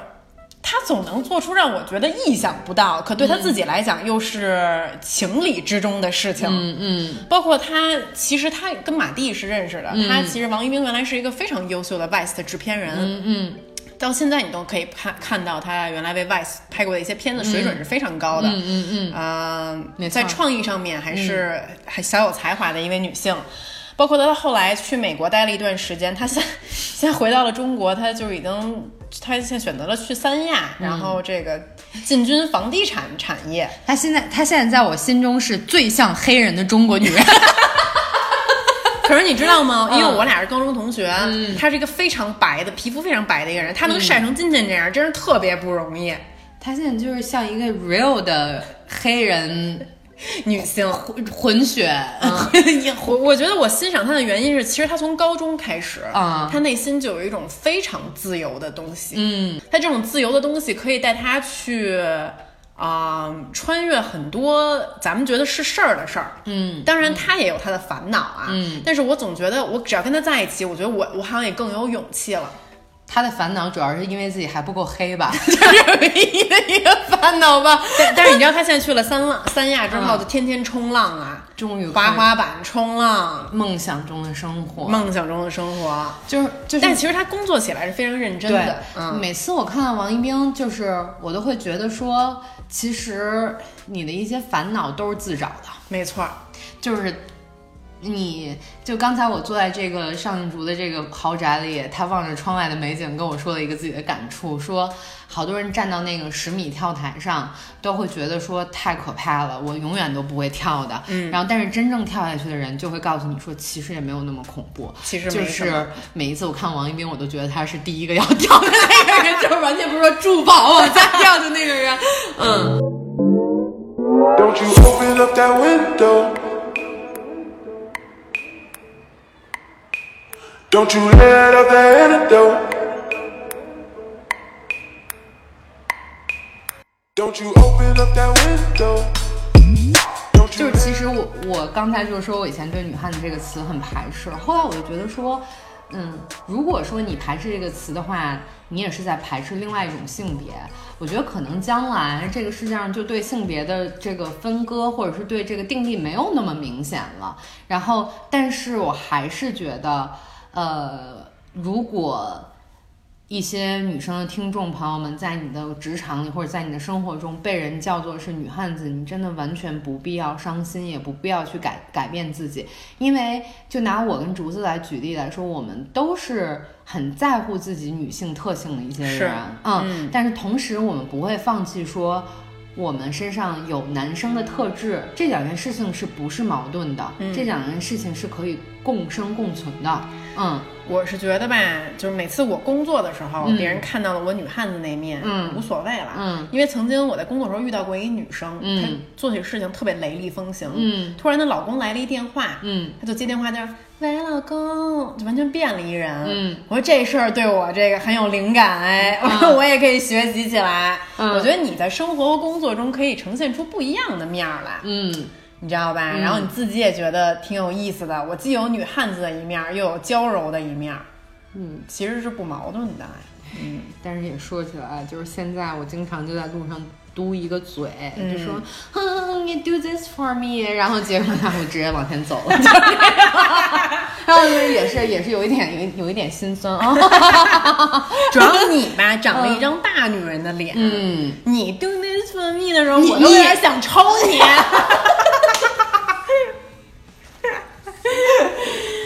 [SPEAKER 1] 他总能做出让我觉得意想不到，可对他自己来讲又是情理之中的事情。嗯嗯，包括他其实他跟马蒂是认识的，他其实王一冰原来是一个非常优秀的 VICE 的制片人。嗯到现在你都可以看看到他原来为 VICE 拍过的一些片子，水准是非常高的。嗯嗯嗯，嗯啊、
[SPEAKER 2] 没错
[SPEAKER 1] 在创意上面还是还小有才华的一位女性。包括她后来去美国待了一段时间，她现现在回到了中国，她就已经她现在选择了去三亚，然后这个进军房地产产业。
[SPEAKER 2] 她现在，她现在在我心中是最像黑人的中国 女人。
[SPEAKER 1] 可是你知道吗？因为我俩是高中同学，她是一个非常白的皮肤非常白的一个人，她能晒成今天这样，真是特别不容易。
[SPEAKER 2] 她现在就是像一个 real 的黑人
[SPEAKER 1] 女性，
[SPEAKER 2] 混混血，
[SPEAKER 1] 我我觉得我欣赏她的原因是，其实她从高中开始
[SPEAKER 2] 啊
[SPEAKER 1] 她内心就有一种非常自由的东西。嗯，她这种自由的东西可以带她去啊、穿越很多咱们觉得是事儿的事儿。嗯，当然她也有她的烦恼啊。嗯，但是我总觉得我只要跟她在一起，我觉得我我好像也更有勇气 了。
[SPEAKER 2] 她的烦恼主要是因为自己还不够黑 吧，这是唯一的一个烦恼吧。
[SPEAKER 1] 但但是你知道，她现在去了三浪三亚之后，
[SPEAKER 2] 嗯
[SPEAKER 1] 就天天冲浪啊，
[SPEAKER 2] 终于可以
[SPEAKER 1] 滑滑板冲浪，
[SPEAKER 2] 梦想中的生活，
[SPEAKER 1] 梦想中的生活。
[SPEAKER 2] 就是就是，
[SPEAKER 1] 但其实她工作起来是非常认真
[SPEAKER 2] 对
[SPEAKER 1] 的，，嗯。
[SPEAKER 2] 每次我看到王一冰，就是我都会觉得说，其实你的一些烦恼都是自找的。
[SPEAKER 1] 没错儿，
[SPEAKER 2] 就是你就刚才我坐在这个上映竹的这个豪宅里，他望着窗外的美景，跟我说了一个自己的感触，说好多人站到那个十米跳台上，都会觉得说太可怕了，我永远都不会跳的。嗯，然后但是真正跳下去的人就会告诉你说，其实也没有那么恐怖。
[SPEAKER 1] 其实没
[SPEAKER 2] 就
[SPEAKER 1] 什么
[SPEAKER 2] 是每一次我看王一冰，我都觉得他是第一个要 跳的那个人，就是完全不是说助跑往下跳的那个人。嗯，
[SPEAKER 4] Don't you open up that window. Don't you let out that antidote. Don't you open up that window. Don't
[SPEAKER 2] 就
[SPEAKER 4] you
[SPEAKER 2] 是其实我我刚才就是说我以前对“女汉子”这个词很排斥，后来我就觉得说，嗯，如果说你排斥这个词的话，你也是在排斥另外一种性别。我觉得可能将来这个世界上就对性别的这个分割或者是对这个定义没有那么明显了。然后，但是我还是觉得，呃，如果一些女生的听众朋友们，在你的职场里或者在你的生活中被人叫做是女汉子，你真的完全不必要伤心，也不必要去改改变自己，因为就拿我跟竹子来举例来说，我们都是很在乎自己女性特性的一些
[SPEAKER 1] 是
[SPEAKER 2] 人，嗯，但是同时我们不会放弃说。我们身上有男生的特质，这两件事情是不是矛盾的？这两件事情是可以共生共存的。嗯，
[SPEAKER 1] 我是觉得吧，就是每次我工作的时候，别人看到了我女汉子那面，
[SPEAKER 2] 嗯
[SPEAKER 1] 无所谓了，
[SPEAKER 2] 嗯，
[SPEAKER 1] 因为曾经我在工作时候遇到过一女生，
[SPEAKER 2] 嗯
[SPEAKER 1] 她做起事情特别雷厉风行，
[SPEAKER 2] 嗯，
[SPEAKER 1] 突然她老公来了一电话，
[SPEAKER 2] 嗯，
[SPEAKER 1] 她就接电话就是喂，老公，就完全变了一人，
[SPEAKER 2] 嗯，
[SPEAKER 1] 我说这事儿对我这个很有灵感哎，我 说我也可以学习起来，
[SPEAKER 2] 嗯
[SPEAKER 1] 我觉得你在生活和工作中可以呈现出不一样的面儿来，
[SPEAKER 2] 嗯，
[SPEAKER 1] 你知道吧？然后你自己也觉得挺有意思的，我既有女汉子的一面，又有娇柔的一面，嗯，其实是不矛盾的。哎
[SPEAKER 2] 但是也说起来，就是现在我经常就在路上嘟一个嘴，就说“嗯，you do this for me”，然后结果他我直接往前 走了，就这样然后我觉得也是也是有一点有一有一点心酸啊、
[SPEAKER 1] 主要你吧，长了一张大女人的脸，
[SPEAKER 2] 嗯，
[SPEAKER 1] 你 do this for me 的时候，
[SPEAKER 2] 你
[SPEAKER 1] 我都有点想抽 你。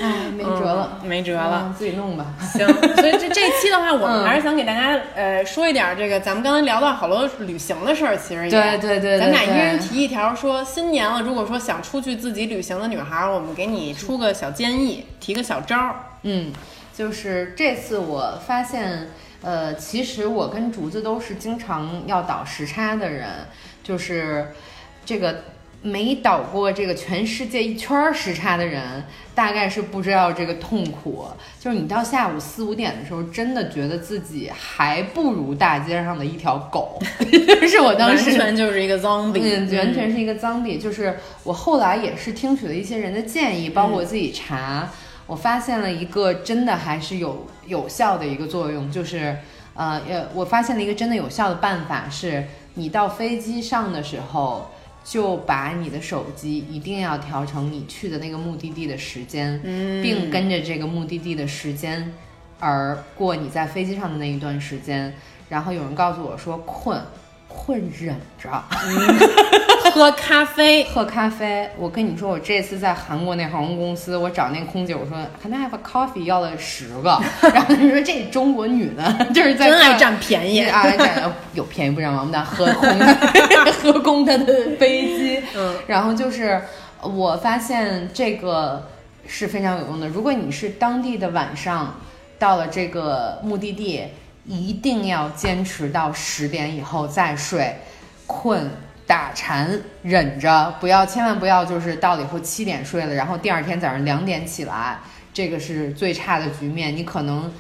[SPEAKER 2] 哎，没辙了。
[SPEAKER 1] 没辙了。
[SPEAKER 2] 嗯自己弄吧。
[SPEAKER 1] 行，所以这这一期的话，我们还是想给大家呃说一点这个，咱们刚才聊到好多旅行的事儿，其实也
[SPEAKER 2] 对对对对
[SPEAKER 1] 咱俩
[SPEAKER 2] 对
[SPEAKER 1] 一人提一条说，新年了，如果说想出去自己旅行的女孩儿，我们给你出个小建议，提个小招儿。
[SPEAKER 2] 嗯，就是这次我发现，呃，其实我跟竹子都是经常要倒时差的人，就是这个没倒过这个全世界一圈儿时差的人，大概是不知道这个痛苦。就是你到下午四五点的时候，真的觉得自己还不如大街上的一条狗， 是我当时
[SPEAKER 1] 完全就是一个 zombie，、
[SPEAKER 2] 嗯，完全是一个脏笔。就是我后来也是听取了一些人的建议，包括我自己查，我发现了一个真的还是有有效的一个作用，就是呃呃，我发现了一个真的有效的办法是，你到飞机上的时候。就把你的手机一定要调成你去的那个目的地的时间，并跟着这个目的地的时间而过你在飞机上的那一段时间。然后有人告诉我说困，困忍着，
[SPEAKER 1] 喝咖啡。
[SPEAKER 2] 喝咖啡，我跟你说，我这次在韩国那航空公司，我找那空姐，我说 Can I have a coffee？要了十 个，然后她说这中国女的就是在
[SPEAKER 1] 真爱
[SPEAKER 2] 看
[SPEAKER 1] 占便宜
[SPEAKER 2] 啊，占有便宜不占王八蛋，喝空她 喝空她的飞机。嗯，然后就是呃我发现这个是非常有用的。如果你是当地的晚上到了这个目的地，一定要坚持到十点以后再睡，困。打馋，忍着，不要，千万不要，就是到了以后七点睡了，然后第二天早上两点起来，这个是最差的局面，你可能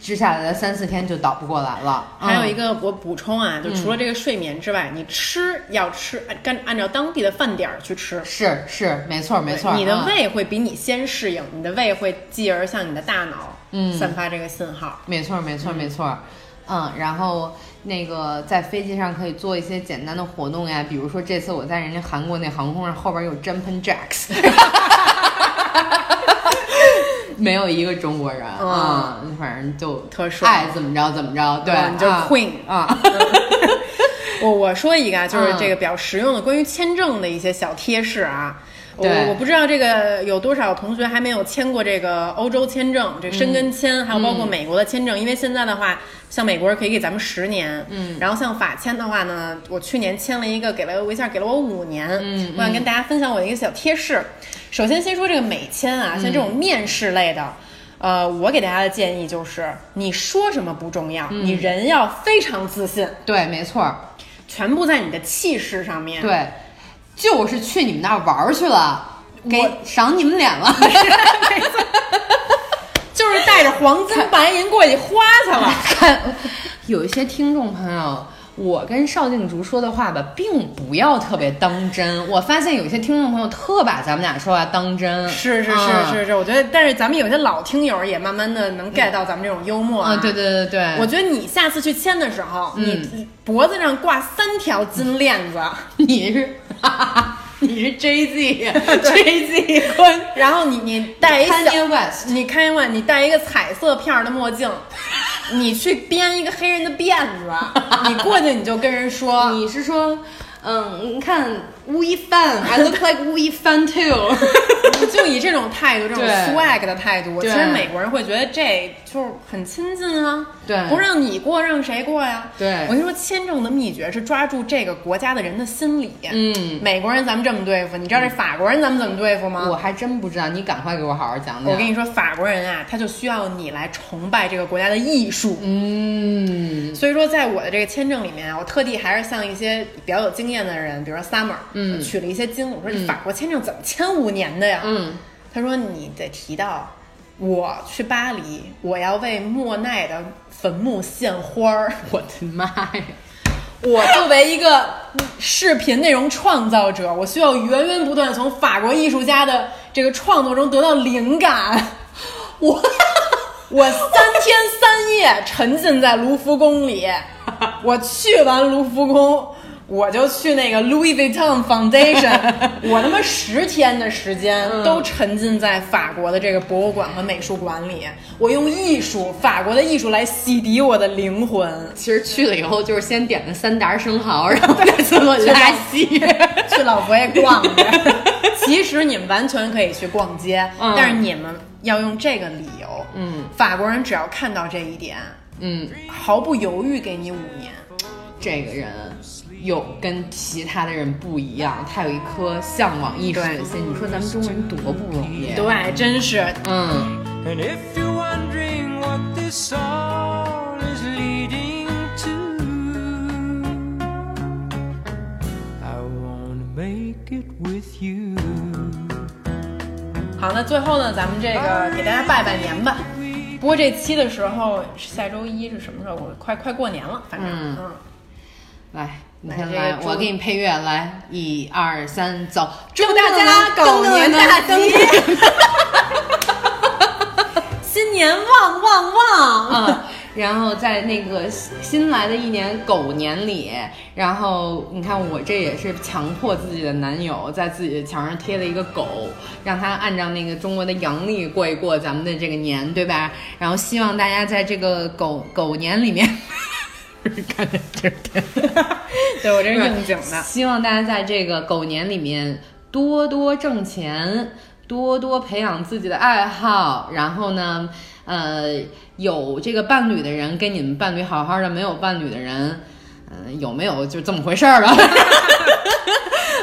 [SPEAKER 2] 支下来的三四天就倒不过来了。
[SPEAKER 1] 还有一
[SPEAKER 2] 个。
[SPEAKER 1] 个我补充啊，就除了这个睡眠之外，你吃要吃按按按照当地的饭点儿去吃，
[SPEAKER 2] 是是，没错没错，
[SPEAKER 1] 你的
[SPEAKER 2] 嗯
[SPEAKER 1] 胃会比你先适应，你的胃会继而向你的大脑散发这个信号。
[SPEAKER 2] 没错，没错，没错。嗯，然后那个在飞机上可以做一些简单的活动呀，比如说这次我在人家韩国那航空上后边有 Jumpin' Jacks，没有一个中国人啊、嗯反正就
[SPEAKER 1] 特爽
[SPEAKER 2] 爱怎么着怎么着，对，
[SPEAKER 1] 你就是
[SPEAKER 2] 啊
[SPEAKER 1] queen 嗯
[SPEAKER 2] 啊，
[SPEAKER 1] 我我说一个啊，就是
[SPEAKER 2] 嗯
[SPEAKER 1] 这个比较实用的关于签证的一些小贴士啊。我
[SPEAKER 2] 对
[SPEAKER 1] 我不知道这个有多少同学还没有签过这个欧洲签证，这申根签，还有包括美国的签证，因为现在的话，像美国人可以给咱们十年，嗯，然后像法签的话呢，我去年签了一个，给了我一下给了我五年，嗯，我想跟大家分享我的一个小贴士。首先先说这个美签啊，像这种面试类的。呃，我给大家的建议就是，你说什么不重要，你人要非常自信，
[SPEAKER 2] 对，没错，
[SPEAKER 1] 全部在你的气势上面。，
[SPEAKER 2] 对，就是去你们那儿玩儿去了，给赏你们 脸了，
[SPEAKER 1] 就是带着黄金白银过去花去了。
[SPEAKER 2] 看， 有一些听众朋友，我跟邵静竹说的话吧，并不要特别当真。我发现有些听众朋友特把咱们俩说话当真，
[SPEAKER 1] 是是是
[SPEAKER 2] 啊
[SPEAKER 1] 是是，我觉得，但是咱们有些老听友也慢慢的能 get 到咱们这种幽默
[SPEAKER 2] 啊，对。对对对，
[SPEAKER 1] 我觉得你下次去签的时候，你脖子上挂三条金链 子，
[SPEAKER 2] 你是 你是 J Z J Z 坤，
[SPEAKER 1] 然后你你戴一哎小，
[SPEAKER 2] Kanye West
[SPEAKER 1] 你开外你戴一个彩色片儿的墨镜，你去编一个黑人的辫子，你过去你就跟人 说，
[SPEAKER 2] 你是说。嗯，你看吴亦凡，I look like 吴亦 凡 too。
[SPEAKER 1] 就以这种态度，这种
[SPEAKER 2] 对
[SPEAKER 1] swag 的态度，其
[SPEAKER 2] 对
[SPEAKER 1] 实美国人会觉得这就是很亲近啊。
[SPEAKER 2] 对
[SPEAKER 1] 不让你过，让谁过呀？
[SPEAKER 2] 对
[SPEAKER 1] 我跟你说，签证的秘诀是抓住这个国家的人的心理。嗯，美国人咱们这么对付，你知道这法国人咱们怎么对付吗？
[SPEAKER 2] 我还真不知道，你赶快给我好好讲讲。
[SPEAKER 1] 我跟你说，法国人啊，他就需要你来崇拜这个国家的艺术。
[SPEAKER 2] 嗯，
[SPEAKER 1] 所以说，在我的这个签证里面啊，我特地还是向一些比较有经验的人，比如说 Summer，嗯，取了一些经。我说这法国签证怎么签五年的呀？嗯，他说你得提到我去巴黎，我要为莫奈的坟墓献花儿。
[SPEAKER 2] 我的妈呀！
[SPEAKER 1] 我作为一个视频内容创造者，我需要源源不断地从法国艺术家的这个创作中得到灵感。 我我三天三夜沉浸在卢浮宫里，我去完卢浮宫，我就去那个 Louis Vuitton Foundation，我他妈十天的时间都沉浸在法国的这个博物馆和美术馆里，我用艺术，法国的艺术来洗涤我的灵魂。
[SPEAKER 2] 其实去了以后，就是先点的三打生蚝，然后再 做个拉 稀。
[SPEAKER 1] 去老佛爷逛去。其实你们完全可以去逛街，但是你们要用这个理由嗯，法国人只要看到这一点，
[SPEAKER 2] 嗯，
[SPEAKER 1] 毫不犹豫给你五年。
[SPEAKER 2] 这个人有跟其他的人不一样，他有一颗向往艺术的心。你说咱们中国人多不容易？，
[SPEAKER 1] 对，真是
[SPEAKER 2] 嗯，
[SPEAKER 5] And if you're wondering what this all is leading to, I won't make it with you.
[SPEAKER 1] 好，那最后呢，咱们这个给大家拜拜年吧。不过这期的时候是下周一是什么时候？我快快过年了，反正嗯
[SPEAKER 2] 嗯来，你
[SPEAKER 1] 来
[SPEAKER 2] 先
[SPEAKER 1] 这个
[SPEAKER 2] 来，
[SPEAKER 1] 祝
[SPEAKER 2] 我给你配乐，来，一二三，走，祝
[SPEAKER 1] 大家狗年 大吉，
[SPEAKER 2] 新年旺旺旺！啊，然后在那个新新来的一年狗年里，然后你看我这也是强迫自己的男友在自己的墙上贴了一个狗，让他按照那个中国的阳历过一过咱们的这个年，对吧？然后希望大家在这个狗狗年里面。 看见这天，
[SPEAKER 1] 对我这是应景的。
[SPEAKER 2] 希望大家在这个狗年里面多多挣钱，多多培养自己的爱好，然后呢，呃，有这个伴侣的人跟你们伴侣好好的，没有伴侣的人，嗯、有没有就这么回事儿吧。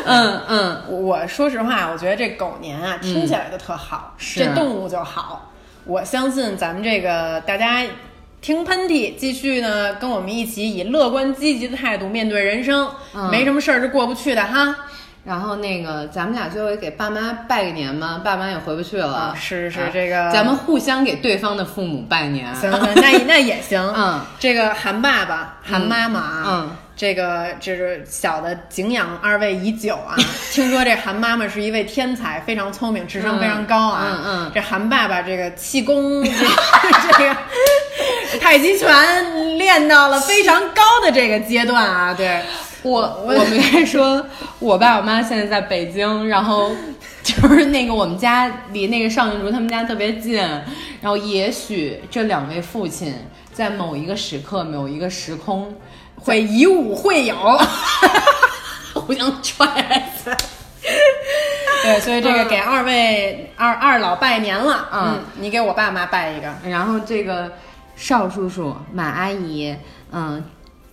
[SPEAKER 2] 嗯嗯，
[SPEAKER 1] 我我说实话，我觉得这狗年啊，听起来就特好，
[SPEAKER 2] 是
[SPEAKER 1] 这动物就好。我相信咱们这个大家听喷嚏，继续呢跟我们一起以乐观积极的态度面对人生，没什么事儿是过不去的哈。
[SPEAKER 2] 然后那个咱们俩最后也给爸妈拜个年嘛，爸妈也回不去了。
[SPEAKER 1] 啊是是
[SPEAKER 2] 啊
[SPEAKER 1] 这个
[SPEAKER 2] 咱们互相给对方的父母拜年。
[SPEAKER 1] 行行，那 也那也行。
[SPEAKER 2] 嗯，
[SPEAKER 1] 这个韩爸爸、韩妈妈啊，
[SPEAKER 2] 嗯
[SPEAKER 1] 这个这是小的敬仰二位已久 啊。听说这韩妈妈是一位天才，非常聪明，智商非常高啊。
[SPEAKER 2] 嗯嗯嗯
[SPEAKER 1] 这韩爸爸这个气 功，这个这个太极拳练到了非常高的这个阶段啊。对，
[SPEAKER 2] 我我们该说，我爸我妈现在在北京，然后就是那个我们家离那个邵云竹他们家特别近，然后也许这两位父亲在某一个时刻、某一个时空
[SPEAKER 1] 会以武会友。
[SPEAKER 2] 互相踹。嗯
[SPEAKER 1] 对，所以这个给二位二二老拜年了。嗯，你给我爸妈拜一个。
[SPEAKER 2] 然后这个邵叔叔、马阿姨，嗯。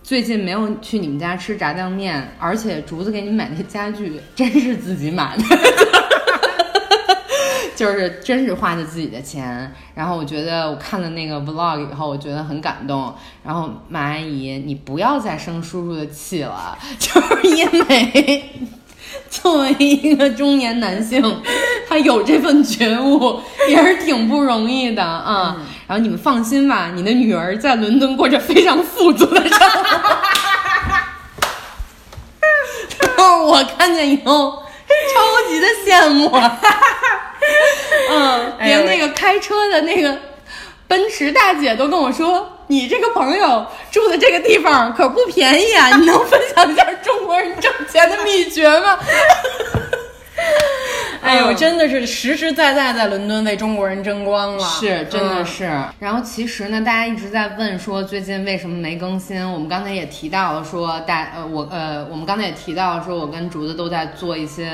[SPEAKER 2] 最近没有去你们家吃炸酱面，而且竹子给你买那家具真是自己买的， 就是真是花的自己的钱。然后我觉得我看了那个 vlog 以后，我觉得很感动。然后马阿姨，你不要再生叔叔的气了， 就是因为 作为一个中年男性，他有这份觉悟也是挺不容易的啊。然后你们放心吧，你的女儿在伦敦过着非常富足的生活。 嗯我看见以后超级的羡慕，嗯，
[SPEAKER 1] 哎呦
[SPEAKER 2] 连那个开车的那个奔驰大姐都跟我说，你这个朋友住的这个地方可不便宜啊，你能分享一下中国人挣钱的秘诀吗？
[SPEAKER 1] 哎呦，
[SPEAKER 2] 嗯
[SPEAKER 1] 真的是实实在在在伦敦为中国人争光了，
[SPEAKER 2] 是，真的
[SPEAKER 1] 嗯
[SPEAKER 2] 是。然后其实呢，大家一直在问说最近为什么没更新。我们刚才也提到了说大呃我呃我们刚才也提到了说我跟竹子都在做一些。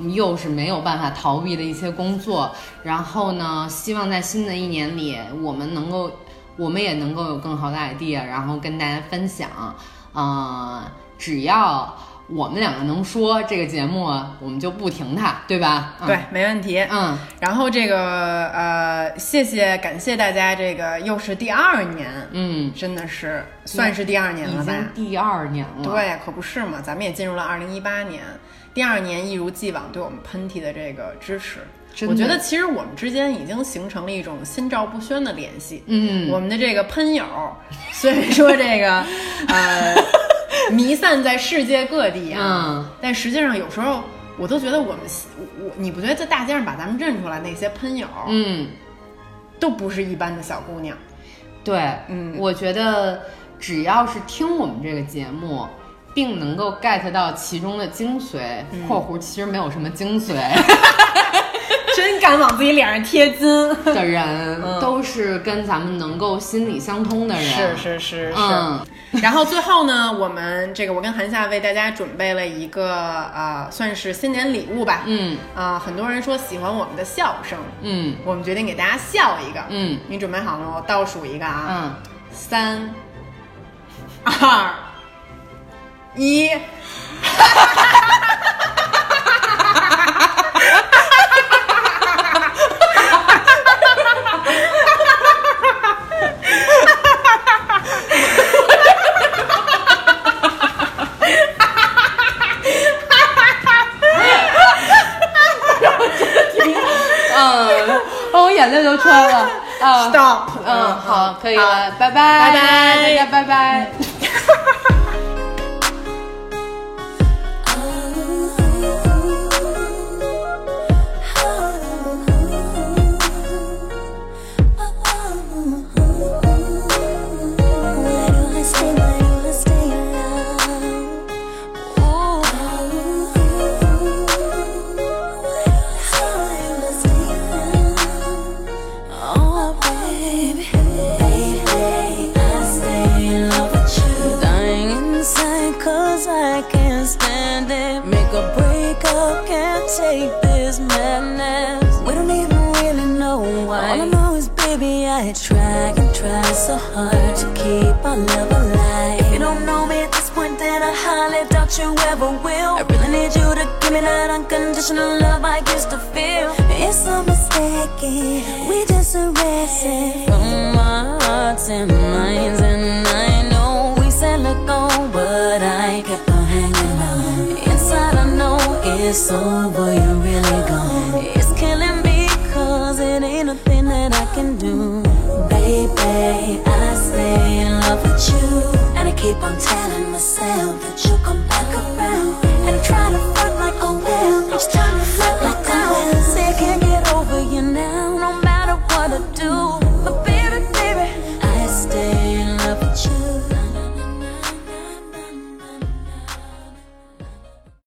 [SPEAKER 2] 嗯又是没有办法逃避的一些工作，然后呢，希望在新的一年里，我们能够，我们也能够有更好的 idea，然后跟大家分享。呃，只要我们两个能说这个节目，我们就不停它，对吧？嗯
[SPEAKER 1] 对，，没问题。
[SPEAKER 2] 嗯。
[SPEAKER 1] 然后这个呃，谢谢感谢大家，这个又是第二年，
[SPEAKER 2] 嗯
[SPEAKER 1] 真的是算是第二年
[SPEAKER 2] 已
[SPEAKER 1] 了吧？
[SPEAKER 2] 经第二年了，，
[SPEAKER 1] 对，可不是嘛，咱们也进入了二零一八年，第二年一如既往对我们喷嚏的这个支持。
[SPEAKER 2] 真
[SPEAKER 1] 我觉
[SPEAKER 2] 的
[SPEAKER 1] 得其实我们之间已经形成了一种心照不宣的联系。
[SPEAKER 2] 嗯
[SPEAKER 1] 我们的这个喷友，虽然说这个呃弥散在世界各地啊，
[SPEAKER 2] 嗯
[SPEAKER 1] 但实际上有时候我都觉得我们我我你不觉得在大街上把咱们认出来那些喷友，
[SPEAKER 2] 嗯，
[SPEAKER 1] 都不是一般的小姑娘。
[SPEAKER 2] 对，
[SPEAKER 1] 嗯
[SPEAKER 2] 我觉得只要是听我们这个节目，并能够 get 到其中的精髓（括弧其实没有什么精髓
[SPEAKER 1] 真敢往自己脸上贴金，）
[SPEAKER 2] 嗯的人，都是跟咱们能够心理相通的人，
[SPEAKER 1] 是是是是。
[SPEAKER 2] 啊嗯，
[SPEAKER 1] 然后最后呢，我们这个我跟韩夏为大家准备了一个呃，算是新年礼物吧。
[SPEAKER 2] 嗯
[SPEAKER 1] 啊、很多人说喜欢我们的笑声，
[SPEAKER 2] 嗯
[SPEAKER 1] 我们决定给大家笑一个。
[SPEAKER 2] 嗯
[SPEAKER 1] 你准备好了吗？我倒数一个啊，
[SPEAKER 2] 嗯，
[SPEAKER 1] 三、二、一。
[SPEAKER 2] 啊嗯，哦，我眼泪都出来了。啊
[SPEAKER 1] Stop
[SPEAKER 2] 嗯，好，可以了，拜拜，
[SPEAKER 1] 拜拜
[SPEAKER 2] 大家拜拜。
[SPEAKER 6] Oh, I can't stand it. Make a break up, can't take this madness. We don't even really know why. All I know is, baby, I try and try so hard to keep our love alive. If you don't know me at this point, then I highly doubt you ever will. I really need you to give me that unconditional love I used to feel. It's a mistake, yeah. we just erase it from our hearts and minds, and I know we said let go, but I kept on hanging on. Inside I know it's over, you're really gone. It's killing me cause it ain't nothing that I can do. Baby, I stay in love with you. And I keep on telling myself that you'll come back around. And I try to